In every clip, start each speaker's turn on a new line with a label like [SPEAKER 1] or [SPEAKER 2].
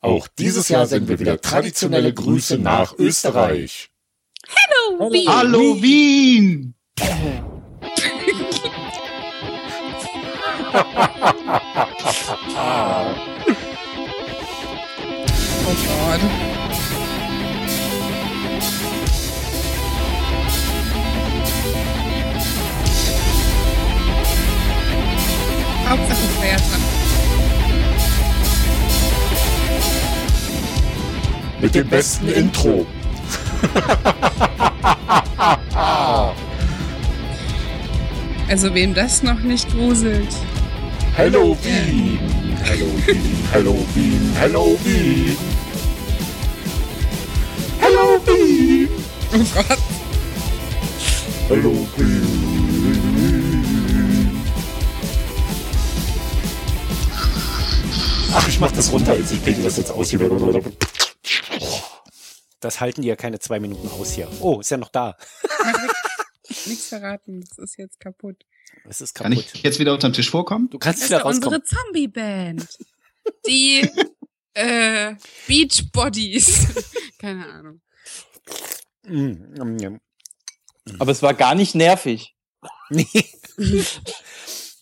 [SPEAKER 1] Auch dieses Jahr senden wir wieder traditionelle Grüße nach Österreich.
[SPEAKER 2] Halloween.
[SPEAKER 3] Hallo Wien!
[SPEAKER 4] Oh Gott. Hauptsache Feiertag.
[SPEAKER 1] Mit dem besten Intro.
[SPEAKER 4] Also wem das noch nicht gruselt.
[SPEAKER 1] Halloween. Halloween. Halloween. Halloween. Halloween.
[SPEAKER 4] Oh Gott.
[SPEAKER 1] Halloween. Ach, ich mach das runter. jetzt. Ich kriege das jetzt aus. hier.
[SPEAKER 5] Das halten die ja keine zwei Minuten aus hier. Oh, ist ja noch da.
[SPEAKER 4] Nichts verraten. Das ist jetzt kaputt.
[SPEAKER 5] Es ist
[SPEAKER 3] Kann
[SPEAKER 5] kaputt.
[SPEAKER 3] ich jetzt wieder unterm Tisch vorkommen?
[SPEAKER 5] Du kannst
[SPEAKER 4] Das ist
[SPEAKER 5] wieder
[SPEAKER 4] ja unsere
[SPEAKER 5] rauskommen.
[SPEAKER 4] Zombie-Band. Die äh, Beach Bodies. Keine Ahnung.
[SPEAKER 5] Mm, nom, nom.
[SPEAKER 6] Aber es war gar nicht nervig.
[SPEAKER 5] Nee.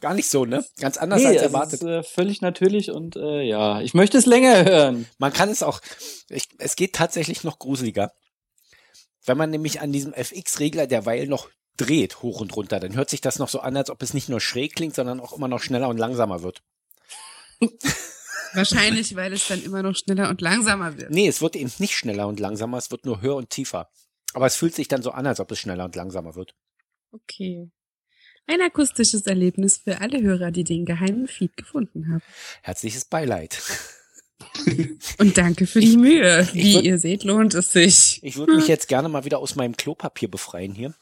[SPEAKER 5] Gar nicht so, ne? Ganz anders
[SPEAKER 6] Nee,
[SPEAKER 5] als
[SPEAKER 6] es
[SPEAKER 5] erwartet.
[SPEAKER 6] ist äh, völlig natürlich und äh, ja, ich möchte es länger hören.
[SPEAKER 5] Man kann es auch, ich, es geht tatsächlich noch gruseliger. Wenn man nämlich an diesem FX-Regler derweil noch dreht, hoch und runter, dann hört sich das noch so an, als ob es nicht nur schräg klingt, sondern auch immer noch schneller und langsamer wird.
[SPEAKER 4] Wahrscheinlich, weil es dann immer noch schneller und langsamer wird.
[SPEAKER 5] Nee, es wird eben nicht schneller und langsamer, es wird nur höher und tiefer. Aber es fühlt sich dann so an, als ob es schneller und langsamer wird.
[SPEAKER 4] Okay. Ein akustisches Erlebnis für alle Hörer, die den geheimen Feed gefunden haben.
[SPEAKER 5] Herzliches Beileid.
[SPEAKER 4] Und danke für die Mühe. Wie
[SPEAKER 5] würd-
[SPEAKER 4] ihr seht, lohnt es sich.
[SPEAKER 5] Ich würde mich jetzt gerne mal wieder aus meinem Klopapier befreien hier.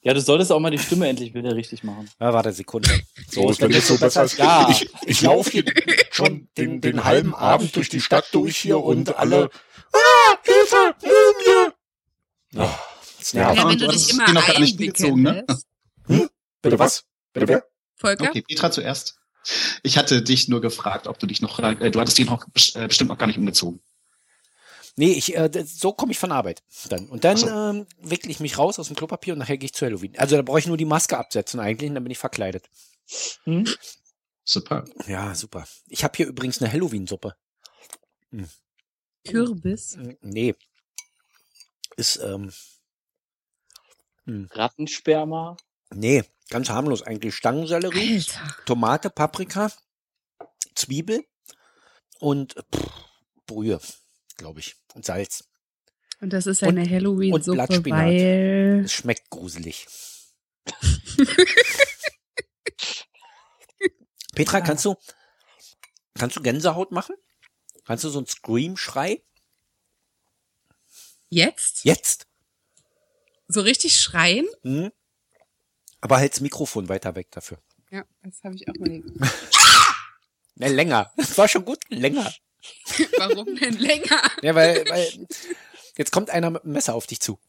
[SPEAKER 6] Ja, du solltest auch mal die Stimme endlich wieder richtig machen.
[SPEAKER 5] Ah, warte, Sekunde.
[SPEAKER 1] So, ist bei mir so besser. als-
[SPEAKER 6] Ja.
[SPEAKER 1] Ich, ich laufe hier schon den, den halben Abend durch die Stadt durch hier und alle. Ah, Hilfe, nimm mir! Ach, das nervt.
[SPEAKER 3] Ja,
[SPEAKER 4] Ja,
[SPEAKER 3] und
[SPEAKER 4] wenn
[SPEAKER 3] du
[SPEAKER 4] du dich
[SPEAKER 3] hast
[SPEAKER 4] immer
[SPEAKER 3] die noch gar nicht
[SPEAKER 4] einwickeln
[SPEAKER 3] angezogen, ne?
[SPEAKER 4] lässt.
[SPEAKER 1] Bitte was? Bitte wer?
[SPEAKER 4] Volker?
[SPEAKER 3] Okay, Petra zuerst. Ich hatte dich nur gefragt, ob du dich noch, äh, du hattest dich noch äh, bestimmt noch gar nicht umgezogen.
[SPEAKER 5] Nee, ich, äh, das- so komme ich von Arbeit dann. Und dann
[SPEAKER 3] Ach so.
[SPEAKER 5] ähm, wickle ich mich raus aus dem Klopapier und nachher gehe ich zu Halloween. Also da brauche ich nur die Maske absetzen eigentlich und dann bin ich verkleidet.
[SPEAKER 6] Hm?
[SPEAKER 3] Super.
[SPEAKER 5] Ja, super. Ich habe hier übrigens eine Halloween-Suppe.
[SPEAKER 4] Kürbis.
[SPEAKER 5] Mm, Nee. Ist, ähm,
[SPEAKER 6] Rattensperma.
[SPEAKER 5] nee, ganz harmlos eigentlich. Stangensellerie,
[SPEAKER 4] Alter.
[SPEAKER 5] Tomate, Paprika, Zwiebel und äh, pff, Brühe, glaube ich. Und Salz.
[SPEAKER 4] Und das ist
[SPEAKER 5] Und-
[SPEAKER 4] eine
[SPEAKER 5] und
[SPEAKER 4] Halloween-Suppe,
[SPEAKER 5] Blattspinat.
[SPEAKER 4] weil...
[SPEAKER 5] Es schmeckt gruselig. Petra, kannst du, kannst du Gänsehaut machen? Kannst du so einen Scream-Schrei?
[SPEAKER 4] Jetzt?
[SPEAKER 5] Jetzt!
[SPEAKER 4] So richtig schreien?
[SPEAKER 5] Hm? Aber halt das Mikrofon weiter weg dafür.
[SPEAKER 4] Ja, das habe ich auch mal.
[SPEAKER 5] Ne, länger. Das war schon gut. Länger.
[SPEAKER 4] Warum denn länger?
[SPEAKER 5] Ja, weil, weil jetzt kommt einer mit dem Messer auf dich zu.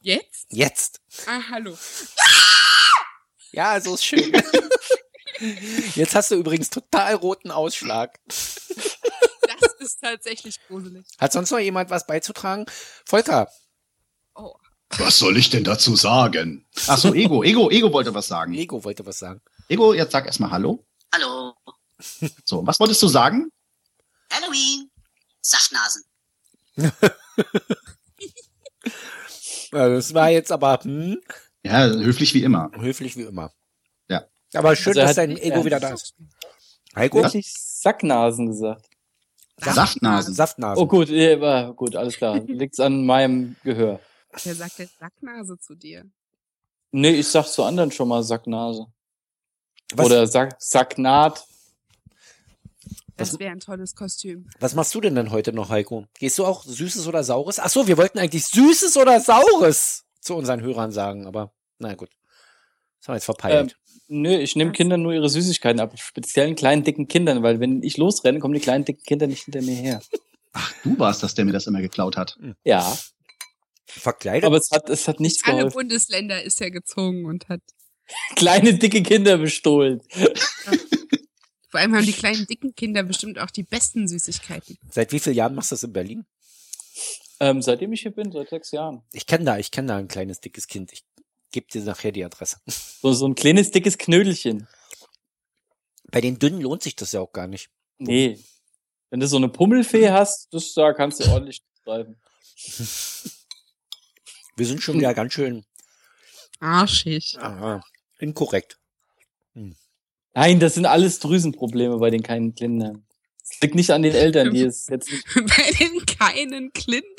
[SPEAKER 4] Jetzt?
[SPEAKER 5] Jetzt.
[SPEAKER 4] Ah, hallo.
[SPEAKER 5] Ja, so ist schön. Jetzt hast du übrigens total roten Ausschlag.
[SPEAKER 4] Das ist tatsächlich gruselig.
[SPEAKER 5] Hat sonst noch jemand was beizutragen? Volker,
[SPEAKER 4] Oh.
[SPEAKER 3] Was soll ich denn dazu sagen? Ach so, Ego, Ego, Ego wollte was sagen.
[SPEAKER 5] Lego wollte was sagen.
[SPEAKER 3] Ego, jetzt sag erstmal Hallo.
[SPEAKER 7] Hallo.
[SPEAKER 3] So, was wolltest du sagen?
[SPEAKER 7] Halloween. Saftnasen.
[SPEAKER 5] Ja, Das Also, war jetzt aber hm,
[SPEAKER 3] Ja, höflich wie immer.
[SPEAKER 5] höflich wie immer.
[SPEAKER 3] Ja.
[SPEAKER 5] Aber schön,
[SPEAKER 6] Also er
[SPEAKER 5] dass
[SPEAKER 6] hat
[SPEAKER 5] dein
[SPEAKER 6] nicht
[SPEAKER 5] Ego wieder da ist. Heiko?
[SPEAKER 6] Wirklich Sacknasen gesagt.
[SPEAKER 3] Saftnasen.
[SPEAKER 5] Saftnase.
[SPEAKER 6] Oh gut, äh, war gut, alles klar. Liegt's an meinem Gehör.
[SPEAKER 4] Wer sagt jetzt Sacknase zu dir?
[SPEAKER 6] Nee, ich sag zu anderen schon mal Sacknase.
[SPEAKER 5] was,
[SPEAKER 6] Oder Sack, Sacknaht.
[SPEAKER 4] Das wäre ein tolles Kostüm.
[SPEAKER 5] was machst du denn dann heute noch, Heiko? Gehst du auch Süßes oder Saures? Ach so, wir wollten eigentlich Süßes oder Saures zu unseren Hörern sagen, aber na gut. Das haben wir jetzt
[SPEAKER 6] Ähm,
[SPEAKER 5] verpeilt.
[SPEAKER 6] Nö, ich
[SPEAKER 5] Ah.
[SPEAKER 6] nehme Kindern nur ihre Süßigkeiten ab. Speziellen kleinen, dicken Kindern, weil wenn ich losrenne, kommen die kleinen, dicken Kinder nicht hinter mir her.
[SPEAKER 3] Du warst das, der mir das immer geklaut hat.
[SPEAKER 6] Ja,
[SPEAKER 5] Verkleidet?
[SPEAKER 6] aber es hat, es hat nichts
[SPEAKER 4] Alle
[SPEAKER 6] geholfen.
[SPEAKER 4] Bundesländer ist ja gezogen und hat
[SPEAKER 6] Kleine, dicke Kinder bestohlen.
[SPEAKER 4] Vor allem haben die kleinen, dicken Kinder bestimmt auch die besten Süßigkeiten.
[SPEAKER 5] Seit wie vielen Jahren machst du das in Berlin?
[SPEAKER 6] Ähm, seitdem ich hier bin, seit sechs Jahren.
[SPEAKER 5] Ich kenne da, ich kenne da ein kleines, dickes Kind. Ich gebe dir nachher die Adresse.
[SPEAKER 6] So, so ein kleines, dickes Knödelchen.
[SPEAKER 5] Bei den Dünnen lohnt sich das ja auch gar nicht.
[SPEAKER 6] Nee. Wenn du so eine Pummelfee hast, das, da kannst du ordentlich greifen.
[SPEAKER 5] Wir sind
[SPEAKER 6] Hm.
[SPEAKER 5] schon wieder ganz schön
[SPEAKER 4] Arschig.
[SPEAKER 5] aha, inkorrekt.
[SPEAKER 6] Nein, das sind alles Drüsenprobleme bei den kleinen Kindern. Es liegt nicht an den Eltern, die es jetzt nicht.
[SPEAKER 4] Bei den kleinen Kindern.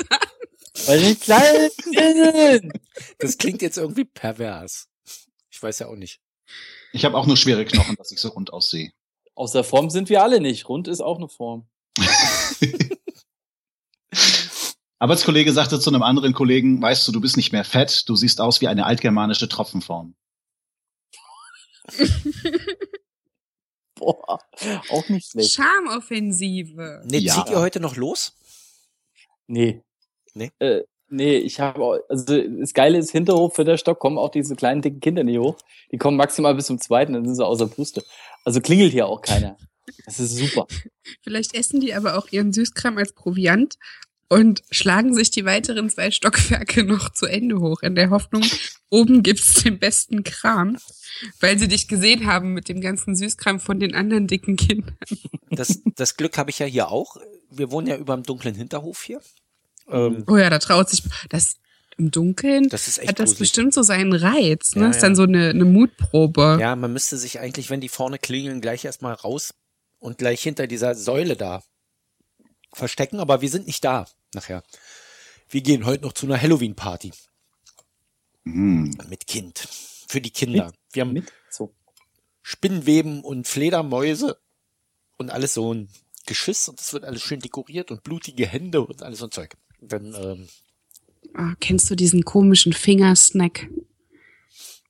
[SPEAKER 6] Bei den kleinen Kindern!
[SPEAKER 5] Das klingt jetzt irgendwie pervers. Ich weiß ja auch nicht.
[SPEAKER 3] Ich habe auch nur schwere Knochen, dass ich so rund aussehe.
[SPEAKER 6] Außer Form sind wir alle nicht. Rund ist auch eine Form.
[SPEAKER 3] Arbeitskollege sagte zu einem anderen Kollegen, weißt du, du bist nicht mehr fett, du siehst aus wie eine altgermanische Tropfenform.
[SPEAKER 6] Boah, auch nicht schlecht.
[SPEAKER 4] Schamoffensive.
[SPEAKER 5] Nee,
[SPEAKER 3] Ja.
[SPEAKER 5] zieht ihr heute noch los?
[SPEAKER 6] Nee.
[SPEAKER 5] Nee?
[SPEAKER 6] Äh, nee, ich habe auch, also das Geile ist, Hinterhof für der Stock kommen auch diese kleinen dicken Kinder nicht hoch. Die kommen maximal bis zum zweiten, dann sind sie außer Puste. Also klingelt hier auch keiner. Das ist super.
[SPEAKER 4] Vielleicht essen die aber auch ihren Süßkram als Proviant und schlagen sich die weiteren zwei Stockwerke noch zu Ende hoch, in der Hoffnung, oben gibt's den besten Kram, weil sie dich gesehen haben mit dem ganzen Süßkram von den anderen dicken Kindern.
[SPEAKER 5] Das, das Glück habe ich ja hier auch. Wir wohnen ja über dem dunklen Hinterhof hier. Ähm,
[SPEAKER 4] Oh ja, da traut sich das im Dunkeln.
[SPEAKER 5] das ist echt
[SPEAKER 4] hat das
[SPEAKER 5] gruselig.
[SPEAKER 4] bestimmt so seinen Reiz, ne?
[SPEAKER 5] Ja,
[SPEAKER 4] ist
[SPEAKER 5] ja.
[SPEAKER 4] dann so eine, eine Mutprobe.
[SPEAKER 5] Ja, man müsste sich eigentlich, wenn die vorne klingeln, gleich erstmal raus und gleich hinter dieser Säule da verstecken. Aber wir sind nicht da nachher. Wir gehen heute noch zu einer Halloween-Party
[SPEAKER 3] Hm.
[SPEAKER 5] mit Kind. Für die Kinder. Wir haben
[SPEAKER 6] Mit? So.
[SPEAKER 5] Spinnenweben und Fledermäuse und alles so ein Geschiss und es wird alles schön dekoriert und blutige Hände und alles so ein Zeug. Dann, ähm,
[SPEAKER 4] Ah, kennst du diesen komischen Fingersnack?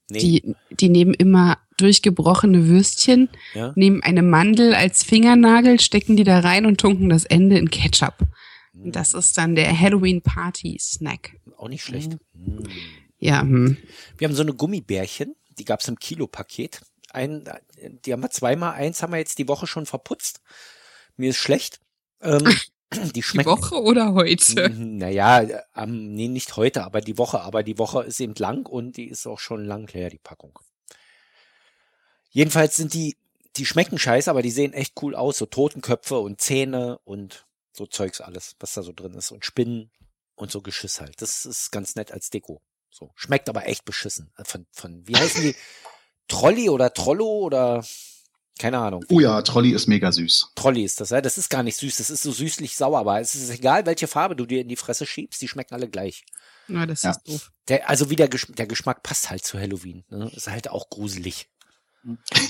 [SPEAKER 5] nee,
[SPEAKER 4] Die, die nehmen immer durchgebrochene Würstchen,
[SPEAKER 5] ja,
[SPEAKER 4] nehmen eine Mandel als Fingernagel, stecken die da rein und tunken das Ende in Ketchup. Und das ist dann der Halloween-Party-Snack.
[SPEAKER 5] hm, auch nicht schlecht. Hm.
[SPEAKER 4] Ja, hm.
[SPEAKER 5] Wir haben so eine Gummibärchen, die gab's im Kilopaket. Ein, die haben wir zweimal, eins haben wir jetzt die Woche schon verputzt. Mir ist schlecht. Ähm, die
[SPEAKER 4] Die
[SPEAKER 5] schmecken.
[SPEAKER 4] Woche oder heute?
[SPEAKER 5] Mhm, Naja, äh, am, nee, nicht heute, aber die Woche. Aber die Woche ist eben lang und die ist auch schon lang her, die Packung. Jedenfalls sind die, die schmecken scheiße, aber die sehen echt cool aus. So Totenköpfe und Zähne und so Zeugs alles, was da so drin ist. Und Spinnen und so Geschiss halt. Das ist ganz nett als Deko. So. Schmeckt aber echt beschissen. Von, von, wie heißen die? Trolli oder Trollo oder keine Ahnung.
[SPEAKER 3] Oh ja, Trolli ist mega süß.
[SPEAKER 5] Trolli ist das, ja? Das ist gar nicht süß, das ist so süßlich sauer, aber es ist egal, welche Farbe du dir in die Fresse schiebst, die schmecken alle gleich.
[SPEAKER 4] Na, das
[SPEAKER 3] Ja.
[SPEAKER 4] ist doof.
[SPEAKER 5] Der, also wie der, Gesch der Geschmack passt halt zu Halloween. Ne? Ist halt auch gruselig.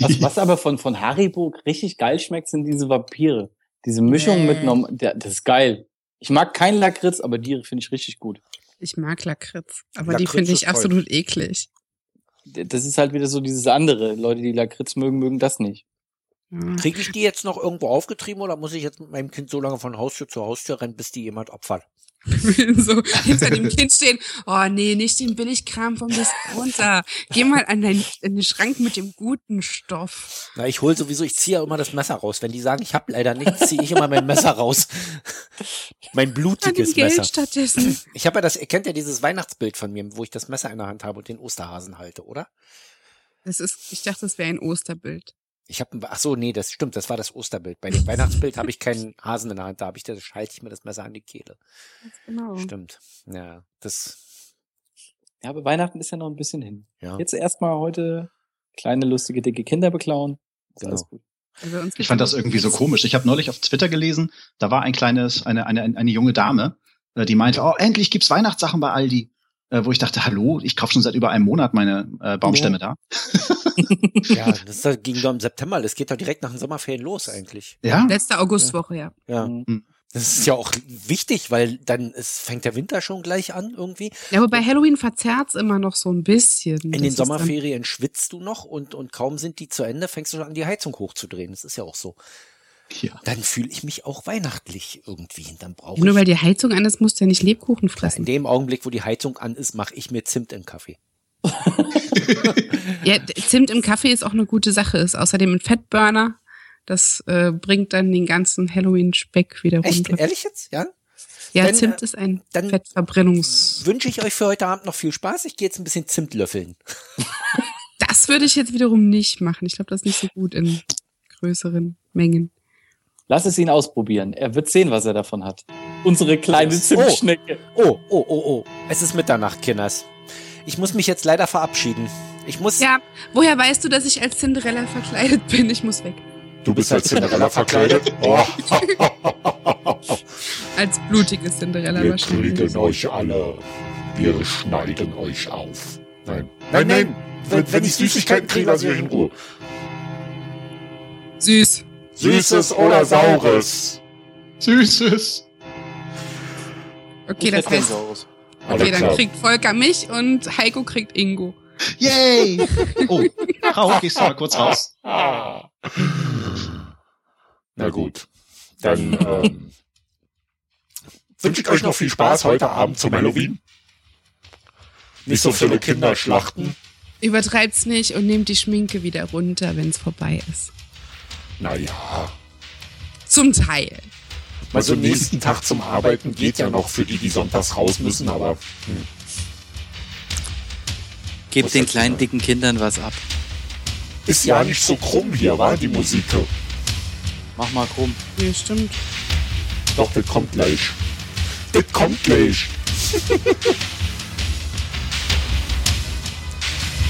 [SPEAKER 6] Was, was aber von, von Haribo richtig geil schmeckt, sind diese Vampire. Diese Mischung
[SPEAKER 4] Nee.
[SPEAKER 6] mit norm der, das ist geil. Ich mag keinen Lakritz, aber die finde ich richtig gut.
[SPEAKER 4] Ich mag Lakritz, aber die
[SPEAKER 5] Lakritz
[SPEAKER 4] finde
[SPEAKER 5] ist
[SPEAKER 4] ich
[SPEAKER 5] toll.
[SPEAKER 4] absolut eklig.
[SPEAKER 6] D- Das ist halt wieder so dieses andere. Leute, die Lakritz mögen, mögen das nicht.
[SPEAKER 4] Ja.
[SPEAKER 5] Kriege ich die jetzt noch irgendwo aufgetrieben oder muss ich jetzt mit meinem Kind so lange von Haustür zu Haustür rennen, bis die jemand opfert?
[SPEAKER 4] so hinter dem Kind stehen. Oh nee, nicht den Billigkram vom Discounter. Geh mal an den, in den Schrank mit dem guten Stoff.
[SPEAKER 5] Na, ich hole sowieso, ich ziehe ja immer das Messer raus. Wenn die sagen, ich habe leider nichts, ziehe ich immer mein Messer raus. mein
[SPEAKER 4] An dem
[SPEAKER 5] blutiges
[SPEAKER 4] Geld
[SPEAKER 5] Messer.
[SPEAKER 4] stattdessen.
[SPEAKER 5] Ich habe ja das, ihr kennt ja dieses Weihnachtsbild von mir, wo ich das Messer in der Hand habe und den Osterhasen halte, oder?
[SPEAKER 4] Das ist, ich dachte, das wäre ein Osterbild.
[SPEAKER 5] Ich habe, ach so, nee, das stimmt, das war das Osterbild. Bei dem Weihnachtsbild habe ich keinen Hasen in der Hand, da habe ich das, halte ich mir das Messer an die Kehle.
[SPEAKER 4] Genau.
[SPEAKER 5] Stimmt. Ja, das,
[SPEAKER 6] Ja, aber Weihnachten ist ja noch ein bisschen hin.
[SPEAKER 5] ja.
[SPEAKER 6] Jetzt erstmal heute kleine, lustige, dicke Kinder beklauen. Ist
[SPEAKER 5] Genau.
[SPEAKER 6] alles gut.
[SPEAKER 4] Also uns
[SPEAKER 3] Ich fand das irgendwie so komisch. Ich habe neulich auf Twitter gelesen, da war ein kleines, eine, eine, eine junge Dame, äh, die meinte, oh, endlich gibt's Weihnachtssachen bei Aldi. Äh, Wo ich dachte, hallo, ich kaufe schon seit über einem Monat meine äh, Baumstämme da.
[SPEAKER 5] Ja, das ist doch- ging doch im September, das geht doch direkt nach den Sommerferien los eigentlich.
[SPEAKER 3] Ja,
[SPEAKER 4] Letzte Augustwoche, ja.
[SPEAKER 5] Ja.
[SPEAKER 6] Mhm.
[SPEAKER 5] Das ist ja auch wichtig, weil dann ist, fängt der Winter schon gleich an irgendwie.
[SPEAKER 4] Ja, aber bei Halloween verzerrt's immer noch so ein bisschen.
[SPEAKER 5] In den Sommerferien schwitzt du noch und, und kaum sind die zu Ende, fängst du schon an, die Heizung hochzudrehen. Das ist ja auch so.
[SPEAKER 3] ja.
[SPEAKER 5] Dann fühle ich mich auch weihnachtlich irgendwie. Dann brauche
[SPEAKER 4] Nur weil
[SPEAKER 5] ich.
[SPEAKER 4] die Heizung an ist, musst du ja nicht Lebkuchen
[SPEAKER 5] In
[SPEAKER 4] fressen.
[SPEAKER 5] dem Augenblick, wo die Heizung an ist, mache ich mir Zimt in Kaffee.
[SPEAKER 4] Ja, d- Zimt im Kaffee ist auch eine gute Sache. Ist außerdem ein Fettburner. Das äh, bringt dann den ganzen Halloween-Speck wieder
[SPEAKER 5] Echt?
[SPEAKER 4] runter.
[SPEAKER 5] Ehrlich jetzt? Ja?
[SPEAKER 4] ja,
[SPEAKER 5] Wenn, äh,
[SPEAKER 4] Zimt ist ein
[SPEAKER 5] dann-
[SPEAKER 4] Fettverbrennungs...
[SPEAKER 5] Wünsche ich euch für heute Abend noch viel Spaß. Ich gehe jetzt ein bisschen Zimt löffeln.
[SPEAKER 4] Das würde ich jetzt wiederum nicht machen. Ich glaube, das ist nicht so gut in größeren Mengen.
[SPEAKER 6] Lass es ihn ausprobieren. Er wird sehen, was er davon hat. Unsere kleine Zimtschnecke.
[SPEAKER 5] Oh, oh, oh, oh. Es ist Mitternacht, Kinders. Ich muss mich jetzt leider verabschieden. Ich muss.
[SPEAKER 4] Ja, woher weißt du, dass ich als Cinderella verkleidet bin? Ich muss weg.
[SPEAKER 1] Du bist halt als Cinderella verkleidet. Oh.
[SPEAKER 4] Als blutige Cinderella
[SPEAKER 1] Wir
[SPEAKER 4] wahrscheinlich.
[SPEAKER 1] kriegen euch alle. Wir schneiden euch auf. Nein,
[SPEAKER 5] Nein,
[SPEAKER 1] nein,
[SPEAKER 5] nein.
[SPEAKER 1] nein. Wenn, wenn ich Süßigkeiten kriege, lasse ich euch in Ruhe.
[SPEAKER 4] Süß.
[SPEAKER 1] Süßes oder Saures?
[SPEAKER 3] Süßes.
[SPEAKER 4] Okay, das heißt,
[SPEAKER 6] Saurus.
[SPEAKER 4] okay,
[SPEAKER 1] Alles
[SPEAKER 4] dann
[SPEAKER 1] klar.
[SPEAKER 4] kriegt Volker mich und Heiko kriegt Ingo.
[SPEAKER 3] Yay! Oh, Rauch, gehst du mal kurz raus.
[SPEAKER 1] Ah. Na gut. Dann ähm, wünsche ich euch noch viel Spaß heute Abend zum Halloween. Nicht so viele Kinder schlachten.
[SPEAKER 4] Übertreibt's nicht und nehmt die Schminke wieder runter, wenn's vorbei ist.
[SPEAKER 1] Naja.
[SPEAKER 4] Zum Teil.
[SPEAKER 1] Also nächsten Tag zum Arbeiten geht ja noch für die, die sonntags raus müssen, aber
[SPEAKER 2] Gebt
[SPEAKER 1] Was
[SPEAKER 2] den
[SPEAKER 1] hat's
[SPEAKER 2] kleinen
[SPEAKER 1] gesagt?
[SPEAKER 2] dicken Kindern was ab.
[SPEAKER 1] ist ja nicht so krumm hier, war die Musik.
[SPEAKER 2] Mach mal krumm.
[SPEAKER 4] Nee, stimmt.
[SPEAKER 1] Doch, das kommt gleich. Das kommt gleich.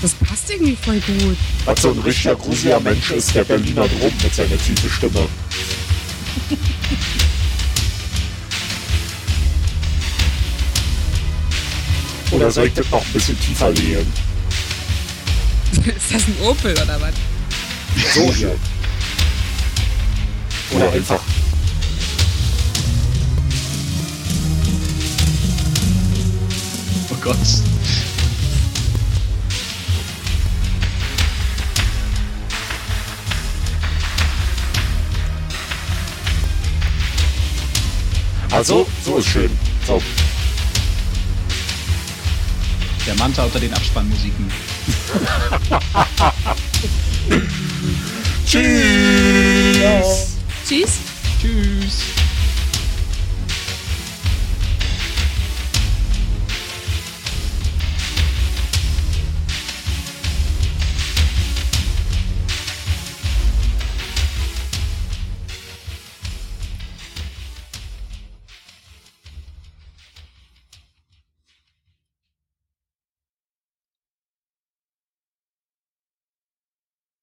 [SPEAKER 4] Das passt irgendwie voll gut.
[SPEAKER 1] Was so ein richtiger gruseliger Mensch ist, der Berliner drum mit seiner tiefen Stimme. Oder soll ich das noch ein bisschen tiefer legen?
[SPEAKER 4] ist das ein Opel oder was?
[SPEAKER 1] So hier. Oder einfach.
[SPEAKER 3] Oh Gott.
[SPEAKER 1] Also, so ist schön. So.
[SPEAKER 3] Der Manta unter den Abspannmusiken.
[SPEAKER 1] Tschüss!
[SPEAKER 4] Tschüss.
[SPEAKER 3] Tschüss.